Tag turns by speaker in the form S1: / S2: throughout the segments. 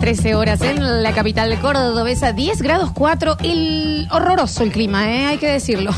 S1: 13 horas en la capital cordobesa, 10 grados 4, el horroroso el clima, ¿eh? hay que decirlo.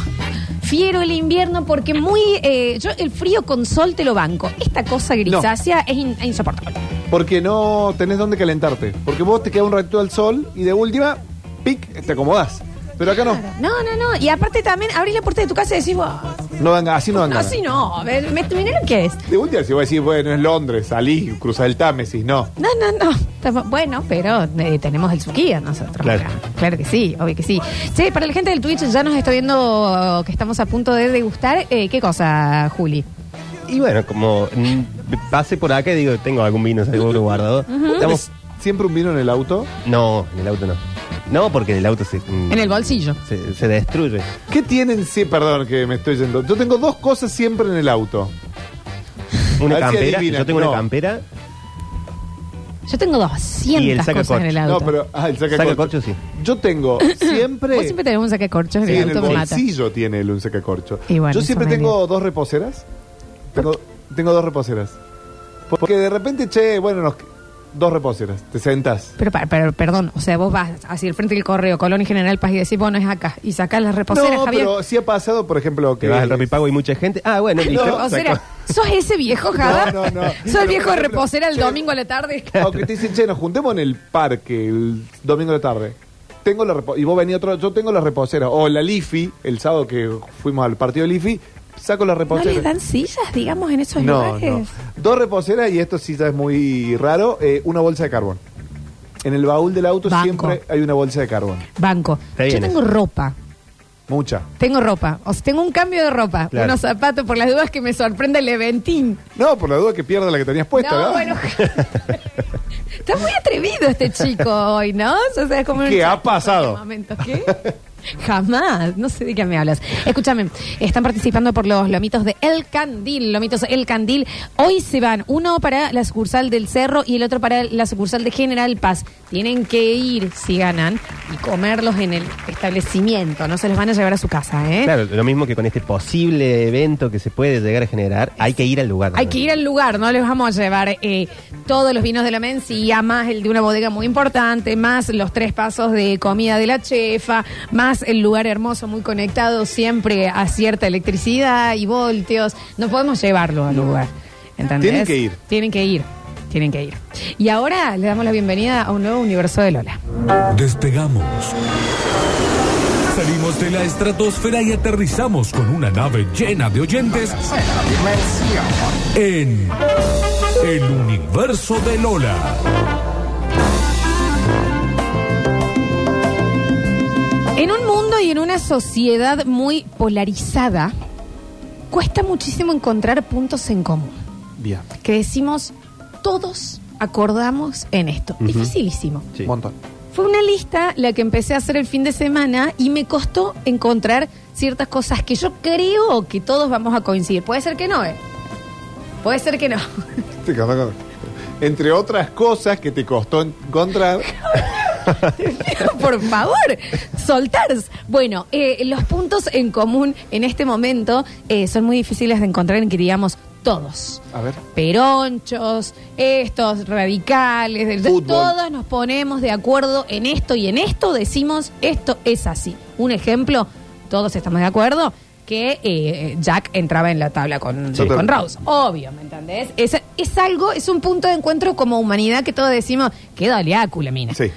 S1: Fiero el invierno porque muy... eh, yo el frío con sol te lo banco. Esta cosa grisácea es in- insoportable.
S2: Porque no tenés dónde calentarte. Porque vos te queda un ratito al sol y de última, pic, te acomodás. Pero acá no.
S1: No, no, no. Y aparte también abrís la puerta de tu casa y decís, "Buah,
S2: No dan, así no dan
S1: no,
S2: ganas.
S1: así no, a ver, me- mirá lo que es.
S2: De última, si vos decís, bueno, es Londres, salís, cruzás el Támesis, no.
S1: No, no, no. Estamos- Bueno, pero eh, tenemos el Suquía nosotros.
S2: Claro.
S1: acá. Claro que sí, obvio que sí. Che, para la gente del Twitch ya nos está viendo que estamos a punto de degustar. eh, ¿Qué cosa, Juli?
S3: Y bueno, como mm, pasé por acá y digo, tengo algún vino seguro guardado. Estamos-
S2: Siempre un vino en el auto.
S3: no, en el auto no. No, porque en el auto se, mm,
S1: En el bolsillo.
S3: se, se destruye.
S2: ¿Qué tienen? Sí, perdón que me estoy yendo. Yo tengo dos cosas siempre en el auto.
S3: Una
S2: A ver si
S3: campera,
S2: adivina,
S3: yo tengo
S2: no.
S3: una campera,
S1: Yo tengo
S3: Y el
S1: 200
S3: sacacorcho.
S1: cosas en el auto.
S2: No, pero. Ah, el sacacorcho.
S3: sacacorcho sí.
S2: Yo tengo siempre.
S1: Vos siempre tenés un sacacorchos en
S2: Sí,
S1: el
S2: en
S1: auto,
S2: el
S1: me mata.
S2: bolsillo tiene el un sacacorcho.
S1: Y bueno,
S2: Yo
S1: eso
S2: siempre
S1: me
S2: tengo dos reposeras. Tengo, tengo dos reposeras. Porque de repente, che, bueno, nos- dos reposeras. Te sentás.
S1: Pero, pa- pero, perdón, o sea, vos vas hacia el frente del correo, Colón y General Paz, y decís, bueno, es acá. Y sacás las reposeras,
S2: no,
S1: Javier.
S2: pero sí ha pasado, por ejemplo, que.
S3: que vas al rapipago y mucha gente. Ah, bueno, listo.
S2: No.
S3: saco.
S1: Reposera. ¿Sos ese viejo, Javier?
S2: No, no, no.
S1: ¿Sos el viejo de
S2: Pero,
S1: reposera el
S2: che.
S1: domingo a la tarde?
S2: O que te dicen, che, nos juntemos en el parque el domingo de la tarde. Tengo la repo- y vos venís otro, yo tengo las reposeras. O la Lifi, el sábado que fuimos al partido Lifi, saco las
S1: ¿No
S2: reposeras.
S1: les dan sillas, digamos, en esos
S2: No,
S1: lugares?
S2: no. Dos reposeras, y esto sí ya es muy raro, eh, una bolsa de carbón. En el baúl del auto
S1: Banco.
S2: siempre hay una bolsa de carbón.
S1: Banco.
S3: Está
S1: Yo
S3: bien
S1: tengo ropa.
S2: Mucha.
S1: Tengo ropa. O sea, tengo un cambio de ropa.
S3: Claro.
S1: Unos zapatos, por las dudas que me sorprenda el eventín.
S2: No, por la duda que pierda la que tenías puesta,
S1: no,
S2: ¿verdad?
S1: bueno. Está muy atrevido este chico hoy, ¿no? O sea, es como un
S2: ¿Qué ha
S1: chico
S2: pasado?
S1: de momento. ¿Qué? Jamás, no sé de qué me hablas. Escúchame, están participando por los lomitos de El Candil, lomitos El Candil. Hoy se van, uno para la sucursal del Cerro y el otro para la sucursal de General Paz. Tienen que ir, si ganan, y comerlos en el establecimiento, no se los van a llevar a su casa, ¿eh?
S3: Claro, lo mismo que con este posible evento que se puede llegar a generar, hay que ir al lugar.
S1: Hay que ir al lugar, no les vamos a llevar eh, todos los vinos de la mencía, más el de una bodega muy importante, más los tres pasos de comida de la chefa, más el lugar hermoso, muy conectado, siempre a cierta electricidad y voltios. No podemos llevarlo al lugar. ¿entendés?
S2: Tienen que ir.
S1: Tienen que ir. Tienen que ir. Y ahora le damos la bienvenida a un nuevo universo de Lola.
S4: Despegamos. Salimos de la estratosfera y aterrizamos con una nave llena de oyentes en el universo de Lola.
S1: En un mundo y en una sociedad muy polarizada, cuesta muchísimo encontrar puntos en común.
S2: Bien.
S1: que decimos todos acordamos en esto. Dificilísimo.
S3: Sí.
S2: Montón.
S1: Fue una lista la que empecé a hacer el fin de semana y me costó encontrar ciertas cosas que yo creo que todos vamos a coincidir. Puede ser que no, ¿eh? Puede ser que no.
S2: Te cagó, cagó. Entre otras cosas que te costó encontrar,
S1: Por favor, soltars. Bueno, eh, los puntos en común en este momento eh, son muy difíciles de encontrar en que digamos todos.
S2: a ver,
S1: peronchos, estos radicales, del-
S2: Fútbol.
S1: todos nos ponemos de acuerdo en esto y en esto decimos esto es así. Un ejemplo, todos estamos de acuerdo que eh, Jack entraba en la tabla con,
S2: Sí.
S1: con Rose. Obvio, ¿me entendés? Es, es algo, es un punto de encuentro como humanidad que todos decimos, qué doliácula, mina.
S2: Sí.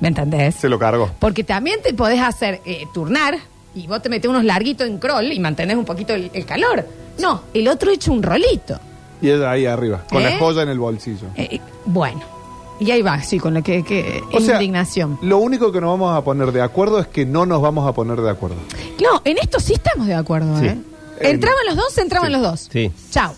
S1: ¿Me entendés?
S2: se lo cargó.
S1: Porque también te podés hacer eh, turnar y vos te metés unos larguitos en crawl y mantenés un poquito el, el calor. No, el otro hecho un rolito.
S2: Y ella ahí arriba, con
S1: ¿Eh?
S2: la joya en el bolsillo.
S1: Eh, bueno, y ahí va, sí, con la que, que-
S2: O sea,
S1: indignación.
S2: Lo único que nos vamos a poner de acuerdo es que no nos vamos a poner de acuerdo.
S1: No, en esto sí estamos de acuerdo,
S3: Sí.
S1: ¿eh? Entraban los dos, entraban
S2: sí,
S1: los dos.
S3: sí.
S1: Chao.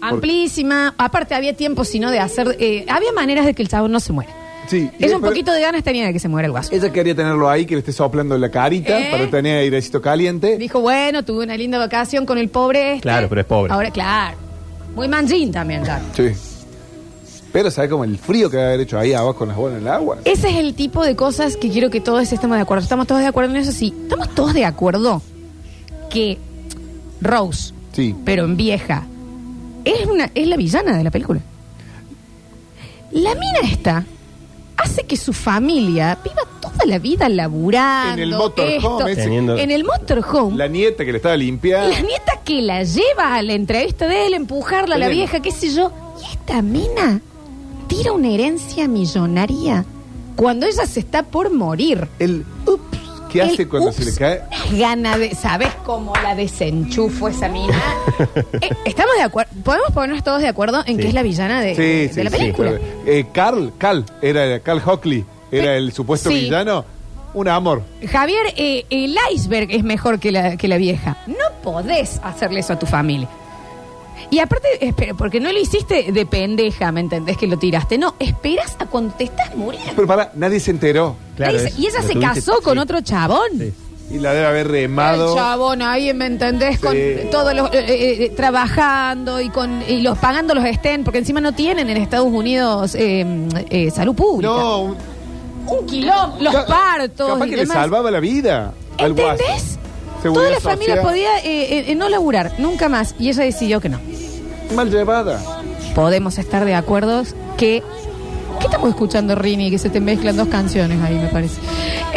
S1: Amplísima. Aparte había tiempo, sino de hacer... eh, había maneras de que el chavo no se muera.
S2: Sí. y-
S1: Ella un
S2: pero-
S1: poquito de ganas tenía de que se muera el
S3: Eh,
S1: guaso.
S2: Ella quería tenerlo ahí, que le esté soplando en la carita
S1: ¿Eh?
S2: para tener airecito caliente.
S1: Dijo, bueno, tuve una linda vacación con el pobre este.
S3: Claro, pero es pobre.
S1: Ahora, claro. Muy manjín también, ya.
S2: Sí. Pero sabe como el frío que va a haber hecho ahí abajo con las bolas en el agua.
S1: Ese es el tipo de cosas que quiero que todos estemos de acuerdo. Estamos todos de acuerdo en eso, sí. Estamos todos de acuerdo que Rose,
S2: Sí.
S1: pero en vieja, es, una, es la villana de la película. La mina esta hace que su familia viva toda la vida laburando.
S2: En el motorhome
S1: esto,
S2: ese.
S3: Teniendo-
S1: En el motorhome.
S2: La nieta que le estaba limpiando.
S1: La nieta que la lleva a la entrevista de él, empujarla a la
S2: Elena.
S1: vieja, qué sé yo. Y esta mina tira una herencia millonaria cuando ella se está por morir.
S2: El ups que hace
S1: El
S2: cuando
S1: ups,
S2: se le cae.
S1: unas Gana de. ¿Sabes cómo la desenchufo esa mina? Eh, Estamos de acuerdo. ¿Podemos ponernos todos de acuerdo en
S3: Sí.
S1: que es la villana de,
S2: Sí,
S1: Eh, de
S2: sí,
S1: la
S2: sí,
S1: película?
S2: claro. Eh, Carl, Carl, era Carl Hockley, era
S1: Pe-
S2: el supuesto
S1: sí.
S2: villano. Un amor.
S1: Javier, eh, el iceberg es mejor que la, que la vieja. No podés hacerle eso a tu familia. Y aparte, espera, porque no lo hiciste de pendeja, ¿me entendés? Que lo tiraste. No, esperas a cuando te estás muriendo.
S2: Pero para, nadie se enteró.
S3: Claro,
S1: Te dice-
S3: es-
S1: y ella
S3: lo
S1: se
S3: tuviste-
S1: casó con
S3: sí.
S1: otro chabón.
S3: Sí.
S2: Y la debe haber remado.
S1: El chabón ahí, ¿me entendés? Con
S2: Sí.
S1: todos los. eh, eh, eh, trabajando y con y los pagando los estén, porque encima no tienen en Estados Unidos eh, eh, salud pública.
S2: No, un-
S1: Un quilombo, los
S2: ca-
S1: partos.
S2: Capaz
S1: y
S2: que
S1: demás.
S2: le salvaba la vida. al guaso.
S1: ¿Entendés?
S2: Seguridad
S1: Toda la familia
S2: social,
S1: podía eh, eh, eh, no laburar, nunca más. Y ella decidió que no.
S2: Mal llevada.
S1: Podemos estar de acuerdo que... ¿Qué estamos escuchando, Rini? Que se te mezclan dos canciones ahí, me parece.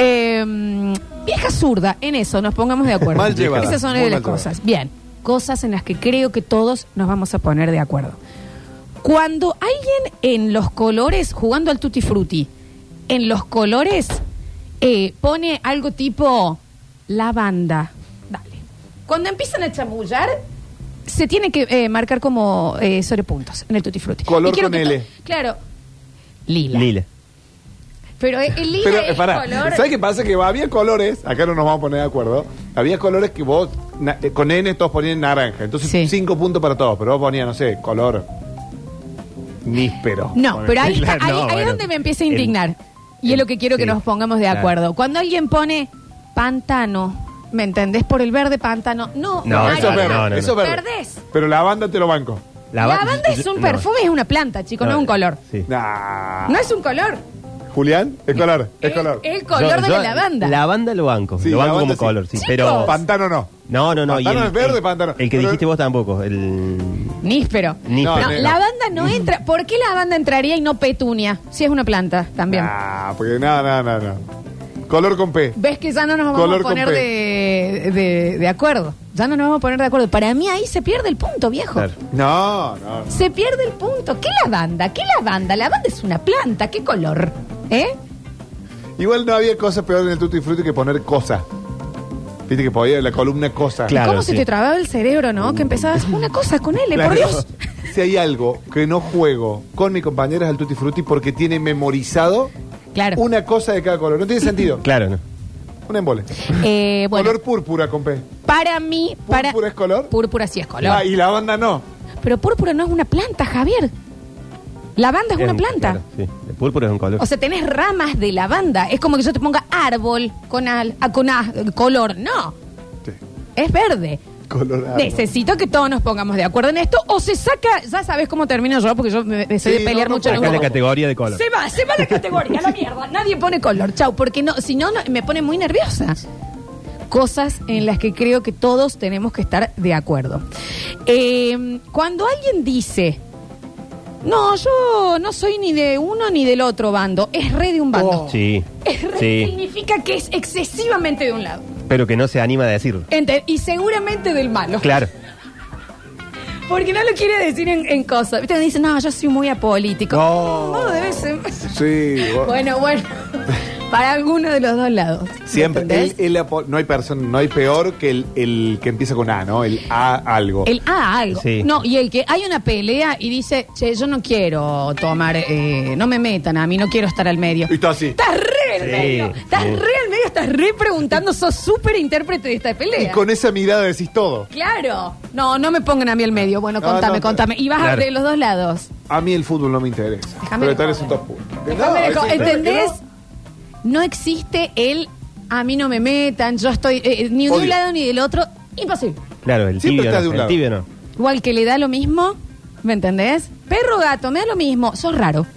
S1: Eh, vieja zurda, en eso, nos pongamos de acuerdo.
S2: Mal llevada,
S1: Esas son
S2: muy
S1: las
S2: mal llevada.
S1: cosas. Bien, cosas en las que creo que todos nos vamos a poner de acuerdo. Cuando alguien en los colores, jugando al tutti frutti, en los colores eh, pone algo tipo lavanda, dale. Cuando empiezan a chamullar, se tiene que eh, marcar como eh, sobrepuntos en el tutti frutti.
S2: Color
S1: Y quiero
S2: con
S1: que to-
S2: L.
S1: Claro. Lila.
S3: Lila.
S1: Pero eh, el lila
S2: Pero,
S1: es
S2: eh, pará,
S1: color.
S2: ¿sabes qué pasa? Que había colores, acá no nos vamos a poner de acuerdo, había colores que vos, na- eh, con N todos ponían naranja, entonces
S1: Sí.
S2: cinco puntos para todos, pero vos ponías, no sé, color níspero.
S1: No, pero ahí, está-
S3: Claro,
S1: ahí,
S3: no,
S1: ahí es
S3: bueno.
S1: donde me empieza a
S3: El-
S1: indignar. y es lo que quiero que
S3: sí,
S1: nos pongamos de
S3: claro.
S1: acuerdo. Cuando alguien pone pantano, ¿me entendés? Por el verde pantano. No,
S3: No,
S1: Mario.
S2: eso es
S3: claro,
S2: verde,
S3: no, no,
S2: eso
S1: no.
S2: es verde.
S1: Perdés.
S2: Pero la banda te lo banco.
S1: La, banda es un
S3: no.
S1: perfume, es una planta, chicos, no, es un color.
S3: Sí.
S2: Nah.
S1: No es un color.
S2: Julián, es color, es
S1: el,
S2: color.
S1: el color
S3: Yo-
S1: de
S3: yo-
S1: la lavanda.
S3: La banda lo banco.
S2: Sí,
S3: lo banco
S2: lavanda
S3: como
S2: sí.
S3: color, sí.
S1: Chicos.
S3: Pero.
S2: Pantano no.
S3: No, no, no. y
S2: Pantano
S3: el-
S2: es verde,
S3: el-
S2: pantano.
S3: El que
S2: Pero-
S3: dijiste vos tampoco. El.
S1: Níspero.
S3: Níspero.
S1: No,
S2: No, no.
S1: la banda no entra. ¿Por qué la banda entraría y no petunia? Si es una planta también.
S2: Ah, porque no, no, no, no. Color con P.
S1: ¿Ves que ya no nos vamos
S2: Color
S1: a
S2: con
S1: poner
S2: P.
S1: de, de- de acuerdo? Ya no nos vamos a poner de acuerdo. Para mí ahí se pierde el punto, viejo.
S3: Claro.
S2: No, no.
S1: Se pierde el punto. ¿Qué lavanda? ¿Qué lavanda? La banda es una planta. ¿Qué color? ¿Eh?
S2: Igual no había cosa peor en el Tutti Frutti que poner cosa. Viste que podía la columna cosa.
S3: Claro,
S1: ¿Cómo se
S3: sí.
S1: te trababa el cerebro, no? Que empezabas una cosa con él,
S2: Uh. Claro.
S1: por Dios.
S2: Si hay algo que no juego con mis compañeros al Tutti Frutti porque tiene memorizado
S1: Claro.
S2: una cosa de cada color. No tiene sentido.
S3: Claro, no.
S2: Un embole.
S1: Eh, bueno,
S2: Color púrpura con P.
S1: para mí... Para...
S2: ¿Púrpura es color?
S1: Púrpura sí es color.
S2: Ah, y la banda no.
S1: Pero púrpura no es una planta, Javier. Lavanda es, una
S3: un-
S1: planta.
S3: claro, sí. El púrpura es un color.
S1: O sea, tenés ramas de lavanda. Es como que yo te ponga árbol con al, ah, con a- color. No,
S2: Sí.
S1: es verde.
S2: Colorado.
S1: Necesito que todos nos pongamos de acuerdo en esto. O se saca, ya sabes cómo termino yo, porque yo me, me sé
S2: Sí,
S1: de pelear
S2: no, no,
S1: mucho en los
S3: Acá es la
S1: grupos.
S3: categoría de color.
S1: Se va, se va la categoría, a la mierda. Nadie pone color, chau, porque no, si no, no, me pone muy nerviosa. Cosas en las que creo que todos tenemos que estar de acuerdo. Eh, cuando alguien dice, no, yo no soy ni de uno ni del otro bando, es re de un bando.
S3: Oh. Sí.
S1: Es re
S3: Sí.
S1: significa que es excesivamente de un lado.
S3: Pero que no se anima a decirlo.
S1: Ente- Y seguramente del malo.
S3: Claro.
S1: Porque no lo quiere decir en, en cosas. Viste, dice, no, yo soy muy apolítico.
S2: No.
S1: No, debe ser.
S2: Sí, vos-
S1: Bueno, bueno. Para alguno de los dos lados.
S2: Siempre.
S1: ¿Entendés?
S2: El- el apo- no hay persona, no hay peor que el, el que empieza con A, ¿no? El A algo.
S1: El A algo.
S3: Sí.
S1: No, y el que hay una pelea y dice, che, yo no quiero tomar, eh, no me metan a mí, no quiero estar al medio.
S2: Y está así.
S1: Estás re al
S3: Sí,
S1: medio. Estás
S3: sí.
S1: re al medio, estás re preguntando, sos súper intérprete de esta pelea.
S2: Y con esa mirada decís todo.
S1: Claro. No, no me pongan a mí al medio. Bueno,
S2: No,
S1: contame,
S2: no,
S1: contame. Y vas a
S3: Claro.
S1: de los dos lados.
S2: A mí el fútbol no me interesa.
S1: Déjame
S2: pero
S1: de
S2: tal es un
S1: joder.
S2: top punto.
S1: Déjame
S2: No,
S1: de co-
S2: eso-
S1: ¿Entendés? No existe el a mí no me metan, yo estoy eh, ni de un
S2: Odio.
S1: lado ni del otro. Imposible.
S3: Claro, el
S2: Siempre
S3: tibio.
S2: está
S3: no,
S2: de un
S3: el
S2: lado.
S3: tibio no.
S1: Igual que le da lo mismo, ¿me entendés? Perro gato, me da lo mismo, sos raro.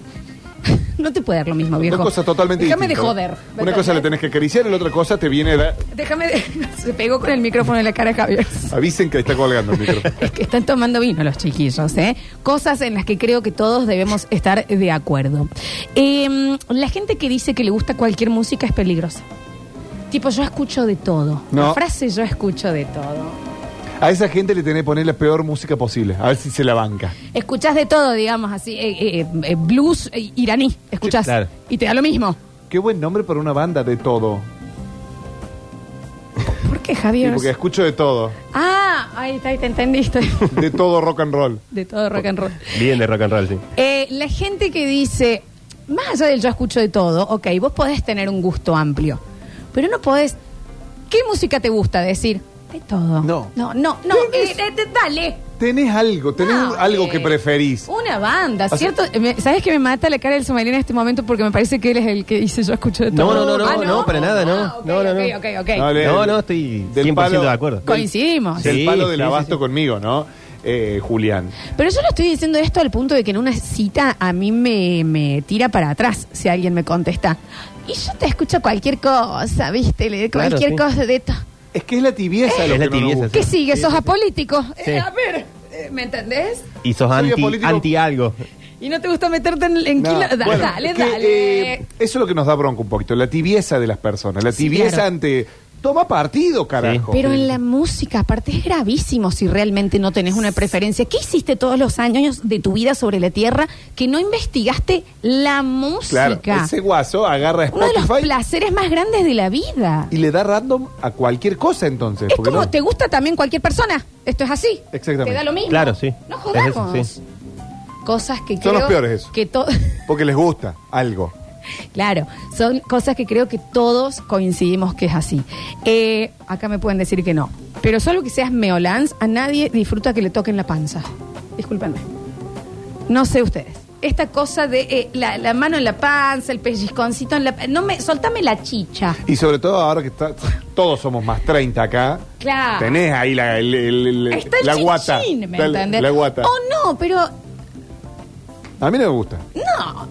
S1: No te puede dar lo mismo, viejo.
S2: Dos cosas totalmente
S1: Déjame de
S2: distintas.
S1: joder.
S2: Una cosa le tenés que acariciar y la otra cosa te viene. da-
S1: Déjame de... Se pegó con el micrófono en la cara Javier.
S2: Avisen que está colgando el micrófono.
S1: Es que están tomando vino los chiquillos, ¿eh? Cosas en las que creo que todos debemos estar de acuerdo. Eh, la gente que dice que le gusta cualquier música es peligrosa. Tipo, yo escucho de todo.
S2: No.
S1: La frase yo escucho de todo.
S2: A esa gente le tenés que poner la peor música posible. A ver si se la banca.
S1: Escuchás de todo, digamos así. eh, eh, eh, blues eh, iraní, escuchás.
S3: Sí, claro.
S1: Y te da lo mismo.
S2: Qué buen nombre para una banda de todo.
S1: ¿Por qué,
S2: Sí,
S1: Javier?
S2: porque escucho de todo.
S1: Ah, ahí está, ahí te entendiste.
S2: De todo rock and roll.
S1: De todo rock and roll.
S3: Bien de rock and roll, sí.
S1: Eh, la gente que dice, más allá del yo escucho de todo, ok, vos podés tener un gusto amplio, pero no podés. ¿Qué música te gusta decir? De todo.
S2: No.
S1: No, no, no. eh, eh, eh, dale.
S2: Tenés algo, tenés
S1: No,
S2: un- algo
S1: eh,
S2: que preferís.
S1: Una banda,
S2: sea-
S1: ¿cierto? Eh, me- ¿Sabes que me mata la cara del somalino en este momento porque me parece que él es el que dice yo escucho de
S3: No,
S1: todo?
S3: no, no, no, no, para nada, no.
S1: Ah, ok,
S3: No, no, no.
S1: ok, ok, ok.
S2: No, le-
S3: No, no, estoy
S2: Del
S3: 100%
S2: palo-
S3: de acuerdo.
S1: Coincidimos.
S3: Sí.
S2: Del palo del
S3: sí,
S2: abasto
S3: sí.
S2: conmigo, ¿no? Eh, Julián.
S1: Pero yo lo estoy diciendo esto al punto de que en una cita a mí me, me tira para atrás si alguien me contesta. Y yo te escucho cualquier cosa, ¿viste? Le-
S3: Claro,
S1: Cualquier
S3: sí.
S1: cosa de esto.
S2: Es que es la tibieza
S3: Es
S2: lo
S3: la
S2: que no nos
S3: tibieza,
S2: gusta.
S1: ¿Qué sigue? ¿Sos apolítico?
S3: Sí.
S1: Eh, a ver, eh, ¿me entendés?
S3: Y sos
S2: Soy
S3: anti,
S2: apolítico.
S3: anti algo.
S1: Y no te gusta meterte en, en
S2: No,
S1: quila- da-
S2: bueno,
S1: dale,
S2: es que,
S1: dale.
S2: eh, eso es lo que nos da bronca un poquito, la tibieza de las personas, la
S1: Sí,
S2: tibieza
S1: claro.
S2: ante... Toma partido, carajo.
S1: Pero en la música, aparte, es gravísimo si realmente no tenés una preferencia. ¿Qué hiciste todos los años de tu vida sobre la tierra que no investigaste la música?
S2: Claro, ese guaso agarra
S1: Uno de los
S2: Spotify
S1: placeres más grandes de la vida.
S2: y le da random a cualquier cosa entonces.
S1: Es
S2: porque
S1: como
S2: no-
S1: te gusta también cualquier persona. Esto es así.
S2: Exactamente.
S1: Te da lo mismo.
S3: Claro, sí.
S1: No
S3: Es eso,
S1: jodamos.
S3: sí.
S1: Cosas que
S2: Son
S1: creo
S2: los peores eso.
S1: que to-
S2: Porque les gusta algo.
S1: claro, son cosas que creo que todos coincidimos que es así. Eh, acá me pueden decir que no, pero solo que seas meolans, a nadie disfruta que le toquen la panza. Discúlpenme. No sé ustedes. Esta cosa de eh, la, la mano en la panza, el pellizconcito en la no me soltame la chicha.
S2: Y sobre todo ahora que está- todos somos más 30 acá.
S1: Claro.
S2: Tenés ahí la, el- el- el-
S1: Está el
S2: la
S1: chin
S2: guata.
S1: chin, ¿me
S2: Está la-
S1: entendés?
S2: la guata.
S1: Oh no, pero
S2: A mí no me gusta.
S1: no,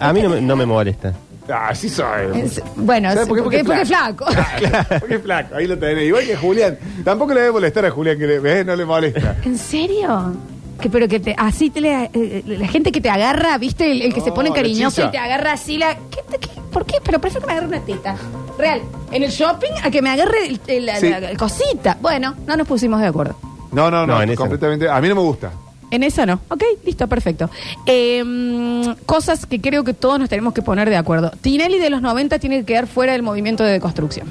S3: A mí no me, no me molesta.
S2: Ah, sí soy.
S1: Es- bueno,
S2: ¿Sabes
S1: es- porque, porque es flaco.
S2: Claro, Ah, porque es flaco. Ahí lo tenés. Igual que Julián. Tampoco le debe molestar a Julián, que le- ¿ves? no le molesta.
S1: ¿En serio? Que, pero que te, así te le- eh, la gente que te agarra, ¿viste? El, el que se
S2: No,
S1: pone
S2: la
S1: cariñoso
S2: chicha.
S1: y te agarra así la. ¿qué, te- qué? por qué? Pero prefiero que me agarre una teta. Real. En el shopping a que me agarre el- el- la,
S2: Sí.
S1: la- la cosita. Bueno, no nos pusimos de acuerdo.
S2: No, no, no.
S3: No, en esa
S2: completamente. A mí no me gusta.
S1: En eso no. Ok, listo, perfecto. Eh, mm, cosas que creo que todos nos tenemos que poner de acuerdo. Tinelli de los 90 tiene que quedar fuera del movimiento de deconstrucción.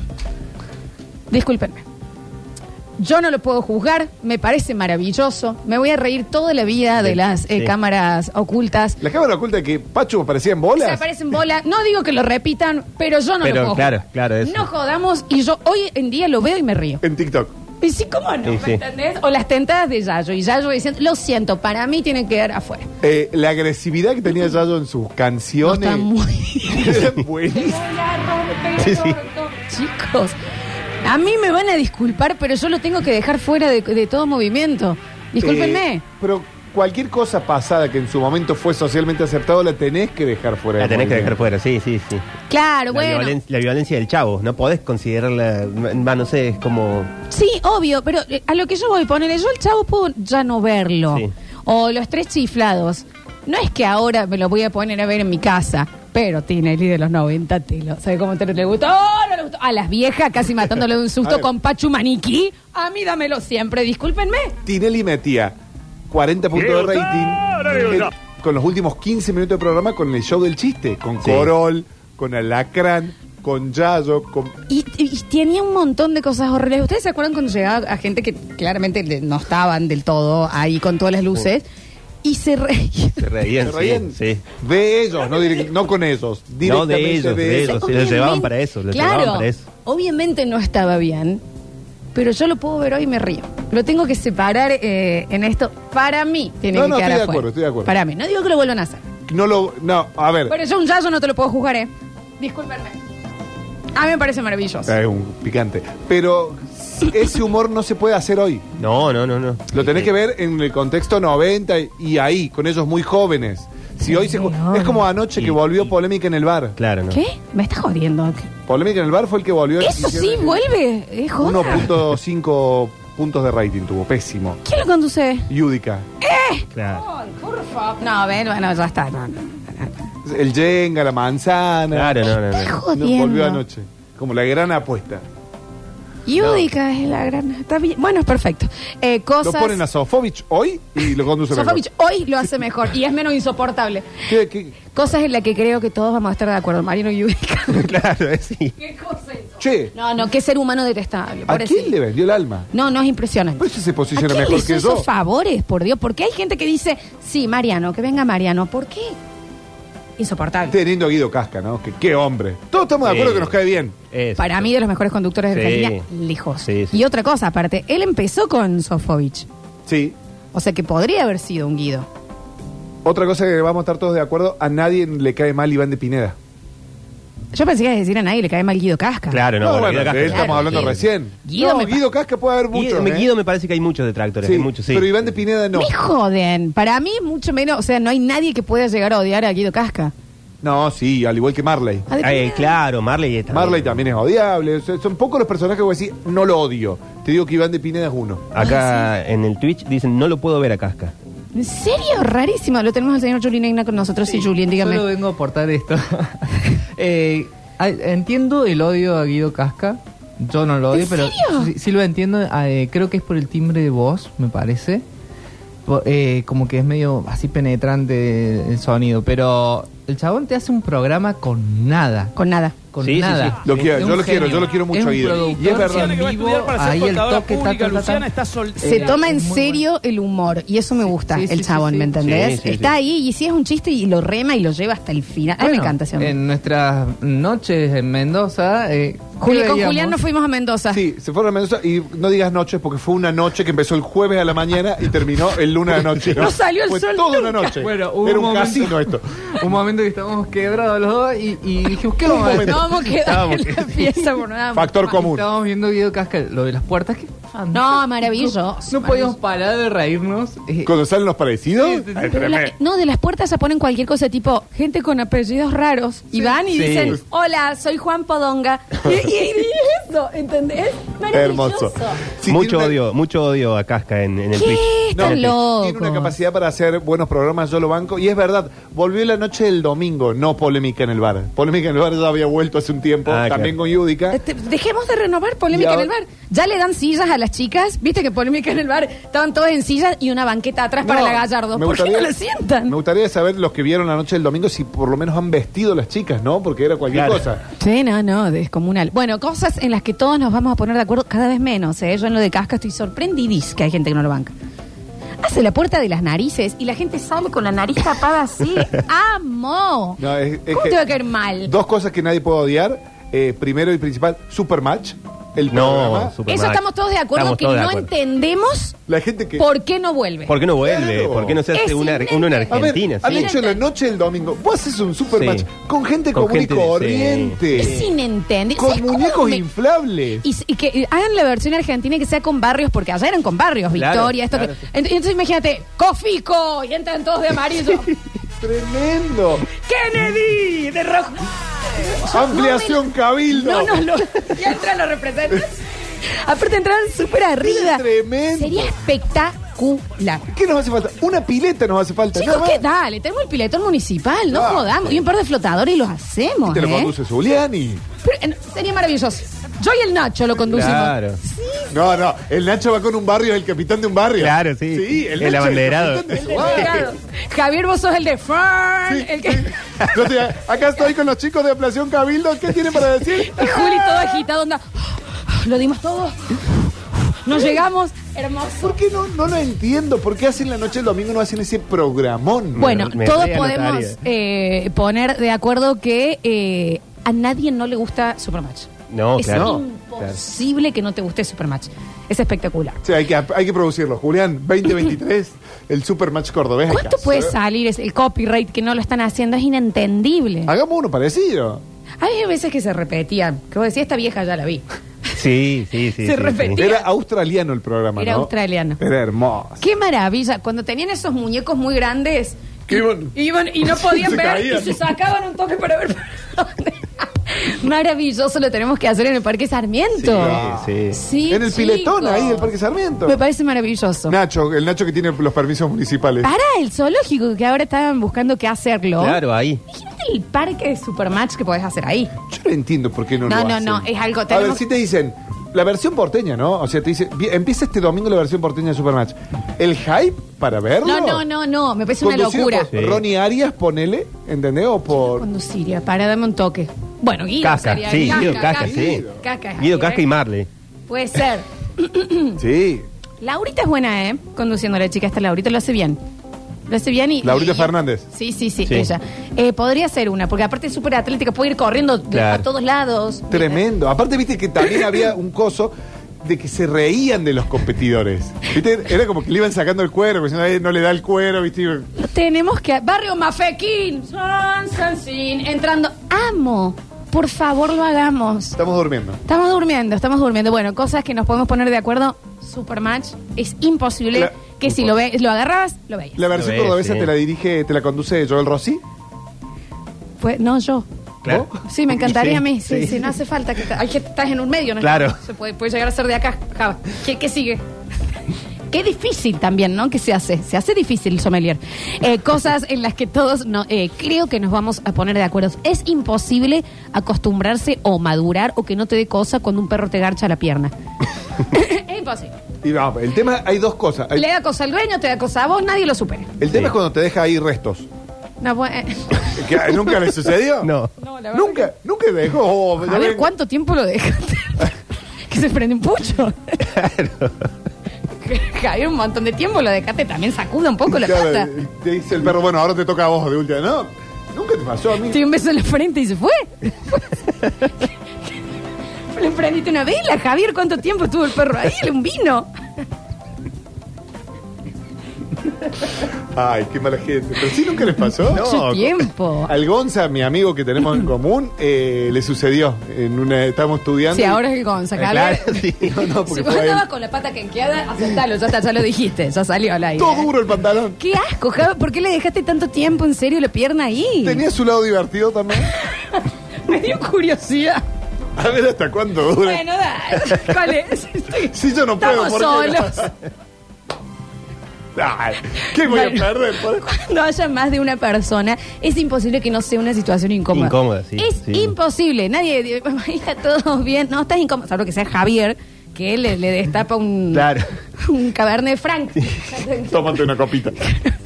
S1: Discúlpenme. Yo no lo puedo juzgar, me parece maravilloso. Me voy a reír toda la vida de
S3: Sí,
S1: las eh,
S3: sí.
S1: cámaras ocultas.
S2: La cámara oculta que Pachu parecía en
S1: Se
S2: bolas.
S1: aparecen bolas. No digo que lo repitan, pero yo no
S3: Pero,
S1: lo puedo.
S3: claro,
S1: juzgar.
S3: claro, eso.
S1: No jodamos y yo hoy en día lo veo y me río.
S2: En TikTok.
S1: Y sí, ¿cómo no?
S3: Sí,
S1: ¿Me
S3: sí.
S1: entendés? O las tentadas de Yayo. Y Yayo diciendo, lo siento, para mí tienen que quedar afuera.
S2: Eh, la agresividad que tenía Yayo en sus
S1: No
S2: canciones.
S1: está muy...
S2: era buenísima.
S3: Sí, sí.
S1: Chicos, a mí me van a disculpar, pero yo lo tengo que dejar fuera de, de todo movimiento. Discúlpenme.
S2: Eh, pero cualquier cosa pasada que en su momento fue socialmente aceptado la tenés que dejar fuera.
S3: La
S2: del
S3: tenés que dejar
S2: movimiento.
S3: fuera, sí, sí, sí.
S1: claro,
S3: La,
S1: bueno.
S3: violen- la violencia del chavo, no podés considerarla, va, no sé, es como...
S1: Sí, obvio, pero eh, a lo que yo voy, ponerle yo el chavo puedo ya no verlo.
S3: Sí.
S1: O los tres chiflados. No es que ahora me lo voy a poner a ver en mi casa, pero Tinelli de los 90 te lo. ¿Sabe cómo te lo- le gustó? ¡Oh, no le gustó! A las viejas casi matándole de un
S2: A
S1: susto
S2: ver.
S1: con Pachu Maniquí. A mí dámelo siempre, discúlpenme.
S2: Tinelli metía 40 puntos de rating en- con los últimos 15 minutos de programa con el show del chiste, con
S3: Sí.
S2: Corol, con Alacrán, con Yayo, con...
S1: Y, y tenía un montón de cosas horribles. ¿Ustedes se acuerdan cuando llegaba a gente que claramente le- no estaban del todo ahí con todas las luces? Y se reían.
S3: Se reían,
S2: ¿Se reían?
S3: sí, sí.
S2: De ellos, no, direct- no con ellos.
S3: No, de
S2: directamente
S3: ellos, de ellos. Sí, lo
S1: Obviamente-
S3: llevaban para eso, lo
S1: claro,
S3: llevaban para eso.
S1: Obviamente no estaba bien, pero yo lo puedo ver hoy y me río. Lo tengo que separar eh, en esto. Para mí tiene
S2: No,
S1: que
S2: no,
S1: quedar
S2: estoy de
S1: afuera.
S2: acuerdo, estoy de acuerdo.
S1: Para mí. No digo que lo vuelvan a hacer.
S2: No lo... No, a ver.
S1: Pero yo un yayo no te lo puedo juzgar, ¿eh? Discúlpenme. A mí me parece maravilloso.
S2: Es un picante. Pero ese humor no se puede hacer hoy.
S3: No, no, no, no.
S2: Lo tenés que ver en el contexto 90 y ahí, con ellos muy jóvenes. Si hoy se ju-
S1: Señor.
S2: Es como anoche que
S3: Y-
S2: volvió
S3: y-
S2: polémica en el bar.
S3: Claro, ¿no?
S1: ¿Qué? Me estás jodiendo.
S2: Polémica en el bar fue el que volvió.
S1: Eso sí,
S2: hicieron-
S1: vuelve. Es joda.
S2: 1.5 puntos de rating tuvo, pésimo.
S1: ¿Quién lo conduce?
S2: Yudica.
S3: Claro.
S1: por favor. No, a ver, bueno, ya está. No, no, no.
S2: El Jenga, la manzana.
S3: Claro, no, no,
S1: Estás
S3: no.
S2: No,
S1: jodiendo.
S2: volvió anoche. Como la gran apuesta.
S1: Yudica es la gran. Está bien. Bueno, es perfecto. Eh,
S2: Lo
S1: cosas.
S2: ponen a Sofovich hoy y lo conduce mejor.
S1: Sofovich hoy lo hace mejor y es menos insoportable.
S2: ¿Qué- qué-
S1: Cosas en las que creo que todos vamos a estar de acuerdo, Marino y Yudica.
S3: Claro, es sí.
S1: ¿Qué cosa es eso?
S2: Che,
S1: No, no, qué ser humano detestable.
S2: ¿a
S1: Por
S2: quién le vendió el alma?
S1: No, no es impresionante.
S2: Por eso se posiciona
S1: ¿A quién
S2: mejor
S1: le hizo
S2: que yo?
S1: esos favores, por Dios? Porque hay gente que dice, sí, Mariano, que venga Mariano. ¿Por qué? Insoportable.
S2: Teniendo a Este Guido Casca, ¿no? Que qué hombre. Todos estamos de acuerdo
S3: Sí.
S2: que nos cae bien.
S3: Es.
S1: Para mí, de los mejores conductores de
S3: Sí.
S1: Argentina, lejos.
S3: Sí, sí.
S1: Y otra cosa, aparte, él empezó con Sofovich.
S2: Sí.
S1: O sea que podría haber sido un Guido.
S2: Otra cosa que vamos a estar todos de acuerdo, a nadie le cae mal Iván de Pineda.
S1: Yo pensé que ibas a decir a nadie le cae mal Guido Casca.
S3: Claro, no,
S2: No,
S3: bueno,
S2: bueno,
S3: Guido Casca,
S2: de él
S3: claro.
S2: estamos hablando
S1: Guido.
S2: recién.
S1: Guido
S2: No,
S1: me pa-
S2: Guido Casca puede haber
S3: Guido,
S2: muchos.
S3: me,
S2: ¿eh?
S3: Guido me parece que hay muchos detractores,
S2: Sí,
S3: hay muchos, sí.
S2: Pero Iván de Pineda no.
S1: Me joden. Para mí, mucho menos. O sea, no hay nadie que pueda llegar a odiar a Guido Casca.
S2: No, sí, al igual que Marley.
S1: A De
S3: Ay,
S1: Pineda.
S3: claro, Marley está.
S2: Marley también es odiable. O sea, Son pocos los personajes que voy a decir, no lo odio. Te digo que Iván de Pineda es uno.
S3: Acá
S2: Ah,
S3: en el Twitch dicen, no lo puedo ver a Casca.
S1: ¿En serio? Rarísimo. Lo tenemos al señor Julien Igna con nosotros. Sí, Julien, dígame.
S5: Solo vengo a aportar esto. Eh, a- entiendo el odio a Guido Casca. Yo no lo odio,
S1: ¿En
S5: pero
S1: serio?
S5: sí, sí lo entiendo. eh, creo que es por el timbre de voz, me parece. Po- eh, como que es medio así penetrante el sonido. Pero el chabón te hace un programa con nada.
S1: Con nada.
S5: Con
S3: Sí, sí,
S5: nada.
S3: sí.
S2: Lo
S5: Es
S2: quiero, yo
S5: un
S2: lo quiero,
S5: genio.
S2: yo lo quiero mucho
S5: Es
S2: a
S5: un
S2: Guido.
S5: productor
S2: Y es verdad.
S5: en
S6: Luciana que va a
S5: vivo,
S6: estudiar para ser
S5: ahí el
S6: contadora
S5: toque, ta,
S6: pública.
S5: ta, ta, ta.
S6: Luciana está sol-
S1: Se
S6: eh,
S1: toma en
S6: muy
S1: serio el humor y eso me gusta,
S5: sí,
S1: el
S5: sí,
S1: chabón,
S5: sí,
S1: ¿me
S5: sí.
S1: entendés?
S3: Sí, sí,
S1: Está
S3: sí.
S1: ahí y si es un chiste y lo rema y lo lleva hasta el final. Ay, me
S5: Bueno,
S1: encanta ese hombre.
S5: En nuestras noches en Mendoza. eh,
S1: Juli- con
S5: veíamos?
S1: Julián nos fuimos a Mendoza.
S2: Sí, se fueron a Mendoza y no digas noches porque fue una noche que empezó el jueves a la mañana y terminó el lunes a la noche.
S1: No salió el
S2: Fue
S1: sol
S2: toda una
S1: nunca.
S2: noche.
S5: Bueno, hubo
S2: Era
S5: un
S2: un
S5: momento-
S2: casino esto.
S5: Un momento que estábamos quebrados los dos y, y dijimos, ¿qué vamos a hacer?
S1: No vamos a quedar en la pieza por nada.
S2: Factor común.
S5: Estábamos viendo Guido Casca, lo de las puertas. Que
S1: No, maravilloso.
S5: No podíamos parar de reírnos. eh,
S2: Cuando salen los parecidos,
S5: Sí, sí, sí.
S2: ay,
S1: Pero la-
S2: tremendo.
S1: no, de las puertas se ponen cualquier cosa, tipo gente con apellidos raros. Y van y
S3: Sí.
S1: dicen, hola, soy Juan Podonga. y, y- y eso, ¿entendés? Maravilloso.
S2: hermoso. Sí,
S3: mucho
S2: tiene una-
S3: odio, mucho odio a Casca en, en el
S1: ¿Qué?
S3: Twitch.
S1: Están
S3: En el Twitch.
S1: locos.
S2: Tiene una capacidad para hacer buenos programas, yo lo banco. Y es verdad, volvió la noche del domingo, no polémica en el bar. Polémica en el bar ya había vuelto hace un tiempo,
S3: Ah,
S2: también con
S3: claro.
S2: Yudica.
S1: Este, Dejemos de renovar polémica
S2: Y
S1: en
S2: ahora-
S1: el bar. Ya le dan sillas a las chicas. Viste que polémica en el bar estaban todas en sillas y una banqueta atrás para
S2: No,
S1: la Gallardo.
S2: me
S1: ¿Por qué
S2: gustaría-
S1: no la sientan?
S2: Me gustaría saber los que vieron la noche del domingo si por lo menos han vestido las chicas, ¿no? Porque era cualquier
S3: Claro.
S2: cosa.
S1: Sí, no, no, descomunal. Bueno, cosas en las que todos nos vamos a poner de acuerdo cada vez menos. ¿eh? Yo en lo de casca estoy sorprendidis que hay gente que no lo banca. Hace la puerta de las narices y la gente sale con la nariz tapada así. ¡Amo!
S2: No, es- es
S1: ¿Cómo
S2: que-
S1: te va a caer mal?
S2: Dos cosas que nadie puede odiar. eh, primero y principal, Supermatch. El
S3: No,
S2: programa.
S3: super
S1: Eso
S3: mal.
S1: estamos todos de acuerdo
S3: Estamos
S1: que
S3: todos de
S1: no
S3: acuerdo.
S1: entendemos
S2: La gente que...
S1: por qué no vuelve.
S3: ¿Por qué no vuelve?
S2: Claro.
S3: ¿Por qué no se
S1: Es
S3: hace una,
S1: inmenso.
S3: uno en
S2: A ver,
S3: Argentina?
S2: han
S3: sí?
S2: hecho la noche del domingo. Vos haces un Supermatch
S3: Sí.
S2: con gente
S3: Con
S2: común y
S3: gente de- sí.
S2: corriente.
S1: Es inentendible.
S2: Con
S1: ¿Sabes cómo
S2: muñecos
S1: me-
S2: inflables.
S1: Y, y que eh, hagan la versión argentina que sea con barrios, porque allá eran con barrios,
S3: Claro,
S1: Victoria, esto
S3: claro.
S1: que. Ent- Entonces imagínate, Cofico, y entran todos de amarillo.
S2: Tremendo.
S1: Kennedy, de rojo.
S2: Ampliación cabildo.
S1: No, no, lo, y entran los representantes. Aparte entraron súper arriba.
S2: Tremendo.
S1: Sería espectacular.
S2: ¿Qué nos hace falta? Una pileta nos hace falta.
S1: Chicos,
S2: nada más.
S1: ¿qué dale? Tenemos el piletón municipal, no
S2: Ah,
S1: jodamos. Y un par de flotadores y los hacemos.
S2: Te lo
S1: ¿eh?
S2: conduce Zuliani.
S1: Pero, eh, sería maravilloso. Yo y el Nacho lo conducimos.
S3: Claro.
S2: No, no, el Nacho va con un barrio, es el capitán de un barrio.
S3: Claro, sí.
S2: Sí,
S3: El
S2: Nacho es
S3: abanderado.
S2: capitán de su
S1: El
S2: barrio.
S1: delegado. Javier, vos sos el de Fern. el que...
S2: Yo estoy- acá estoy con los chicos de Ampliación Cabildo. ¿Qué tienen para decir?
S1: Y Juli todo agitado, onda. "Ah, Lo dimos todo. Nos llegamos. Hermoso.
S2: ¿Por qué no, no lo entiendo? ¿Por qué hacen la noche del domingo no hacen ese programón?
S1: Bueno,
S3: Me
S1: todos
S3: reanotaría.
S1: podemos eh, poner de acuerdo que eh, a nadie no le gusta Supermatch.
S3: No,
S1: es
S3: claro.
S1: imposible que no te guste Supermatch. Es espectacular.
S2: O sea, hay que, hay que producirlo. Julián, 2023, el Supermatch cordobés.
S1: ¿Cuánto puede salir ese- el copyright que no lo están haciendo? Es inentendible.
S2: Hagamos uno parecido.
S1: Hay veces que se repetían. Que vos decías, esta vieja ya la vi.
S3: Sí, sí, sí.
S1: Se
S3: sí,
S1: repetía.
S2: Era australiano el programa,
S1: Era
S2: ¿no?
S1: australiano.
S2: Era hermoso.
S1: Qué maravilla. Cuando tenían esos muñecos muy grandes
S2: Qué bueno.
S1: Iban y no podían
S2: Se
S1: ver
S2: caían.
S1: y se sacaban un toque para ver para dónde. Maravilloso, lo tenemos que hacer en el Parque Sarmiento.
S3: Sí, sí.
S1: Sí,
S2: en el
S1: chico.
S2: piletón, ahí, el Parque Sarmiento.
S1: Me parece maravilloso.
S2: Nacho, el Nacho que tiene los permisos municipales.
S1: Para el zoológico, que ahora estaban buscando qué hacerlo.
S3: Claro, ahí.
S1: Imagínate el parque de Supermatch que podés hacer ahí.
S2: Yo no entiendo por qué no,
S1: No,
S2: lo
S1: no,
S2: hacen.
S1: no, es algo-
S2: A ver,
S1: tenemos-
S2: si te dicen, la versión porteña, ¿no? O sea, te dicen, "Bien, empieza este domingo la versión porteña de Supermatch. El hype para verlo.
S1: No, no, no, no, me parece una
S2: conducido
S1: locura.
S2: por
S3: Sí.
S2: Ronnie Arias, ponele, ¿entendés? O por...
S1: Conduciría, para, dame un toque. Bueno, Guido.
S3: Casca,
S1: sería-
S3: sí, Guido Casca, sí.
S1: Casca es
S3: Guido
S1: ahí,
S3: Casca
S1: ¿eh?
S3: y Marley.
S1: Puede ser.
S2: Sí.
S1: Laurita es buena, ¿eh? Conduciendo a la chica esta Laurita lo hace bien. Lo hace bien y.
S2: Laurita
S1: y-
S2: Fernández.
S1: Sí, sí, sí,
S3: Sí.
S1: ella. Eh, podría ser una, porque aparte es súper atlética, puede ir corriendo de-
S3: Claro.
S1: a todos lados.
S2: Tremendo. Aparte, viste que también había un coso de que se reían de los competidores. ¿Viste? Era como que le iban sacando el cuero, porque si no, eh, no le da el cuero, ¿viste?
S1: Tenemos que. Barrio Mafequín, San Sancín, entrando. Amo. Por favor, lo hagamos.
S2: Estamos durmiendo.
S1: Estamos durmiendo, estamos durmiendo. Bueno, cosas que nos podemos poner de acuerdo. Supermatch. Es imposible
S2: La-
S1: que si lo, ve, lo agarrabas, lo veías.
S2: La versión
S3: Lo ves,
S2: cordobesa
S3: sí.
S2: te la dirige, te la conduce Joel Rossi.
S1: Fue- no, yo.
S3: Claro.
S1: Sí, me encantaría
S3: Sí,
S1: a mí. Sí, sí,
S3: sí.
S1: no hace falta que ta- hay que estás en un medio, ¿no?
S3: Claro.
S1: Se puede, puede llegar a ser de acá, Java. ¿Qué, qué sigue? Qué difícil también, ¿no? Que se hace. Se hace difícil, sommelier. Eh, cosas en las que todos no, eh, creo que nos vamos a poner de acuerdo. Es imposible acostumbrarse o madurar o que no te dé cosa cuando un perro te garcha la pierna. es imposible.
S2: Y vamos, el tema, hay dos cosas. Hay-
S1: Le da cosa al dueño, te da cosa a vos, nadie lo supera.
S2: el tema
S3: Sí.
S2: es cuando te deja ahí restos.
S1: No, pues, eh,
S2: ¿Que ¿Nunca le sucedió?
S3: No.
S1: no, la verdad
S2: Nunca, nunca dejó. Oh, ya
S1: A ver,
S2: ven.
S1: ¿cuánto tiempo lo dejaste? que se prende un pucho. Javier, un montón de tiempo lo dejaste. También sacuda un poco la
S2: Claro,
S1: pata.
S2: Te dice el perro, bueno, ahora te toca a vos de última. No, nunca te pasó a mí.
S1: Te dio un beso en la frente y se fue. Le prendiste una vela, Javier. ¿Cuánto tiempo estuvo el perro ahí? Le Un vino.
S2: Ay, qué mala gente. Pero sí, nunca les pasó.
S1: Mucho tiempo.
S2: Al Gonza, mi amigo que tenemos en común, eh, le sucedió. En una, estábamos estudiando.
S1: Sí,
S2: y-
S1: ahora es el Gonza,
S2: Eh,
S1: Javier.
S2: claro, sí. No, no, porque
S1: si vos
S2: fue él.
S1: andabas con la pata canqueada, aceptalo. Ya está, ya lo dijiste. Ya salió al aire.
S2: Todo duro el pantalón.
S1: Qué asco, Javier. ¿Por qué le dejaste tanto tiempo en serio la pierna ahí?
S2: Tenía su lado divertido también.
S1: Me dio curiosidad.
S2: A ver hasta cuánto dura.
S1: Bueno, dale. ¿Cuál es?
S2: Si yo no puedo,
S1: Estamos
S2: ¿por qué no?
S1: solos.
S2: Ay, ¿Qué voy a
S1: Bueno.
S2: perder? por-
S1: Cuando haya más de una persona, es imposible que no sea una situación incómoda.
S3: Incómoda, sí,
S1: Es
S3: sí.
S1: imposible. Nadie dice, "Mira, todos bien. No, estás incómodo. Salvo que sea Javier, que él le, le destapa un,
S3: Claro.
S1: un cabernet de Frank.
S2: Tómate una copita.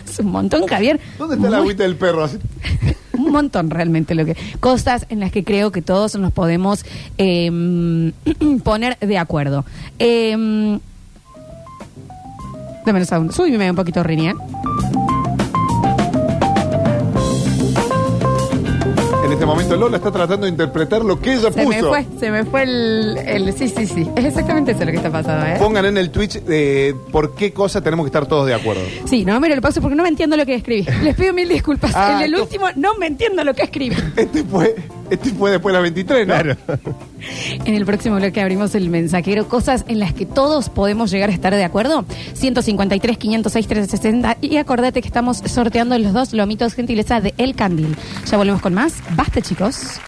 S1: Es un montón, Javier.
S2: ¿Dónde está la
S1: Muy-
S2: agüita del perro? Así-
S1: un montón realmente lo que cosas en las que creo que todos nos podemos eh, poner de acuerdo eh, dame un segundo súbime un poquito Rini ¿eh?
S2: En este momento Lola está tratando de interpretar lo que ella
S1: se me
S2: puso.
S1: fue se me fue el, el- sí sí sí es exactamente eso lo que está pasando ¿eh?
S2: Pongan en el Twitch eh, por qué cosa tenemos que estar todos de acuerdo.
S1: sí no mira lo paso porque no me entiendo lo que escribí les pido mil disculpas
S2: Ah,
S1: en el
S2: esto-
S1: último no me entiendo lo que escribí
S2: Este fue, este fue después de las 23, ¿no?
S3: Claro.
S1: En el próximo bloque abrimos el mensajero, cosas en las que todos podemos llegar a estar de acuerdo. 153, 506, 360. Y acordate que estamos sorteando los dos lomitos gentileza de El Candil. Ya volvemos con más. Basta, chicos.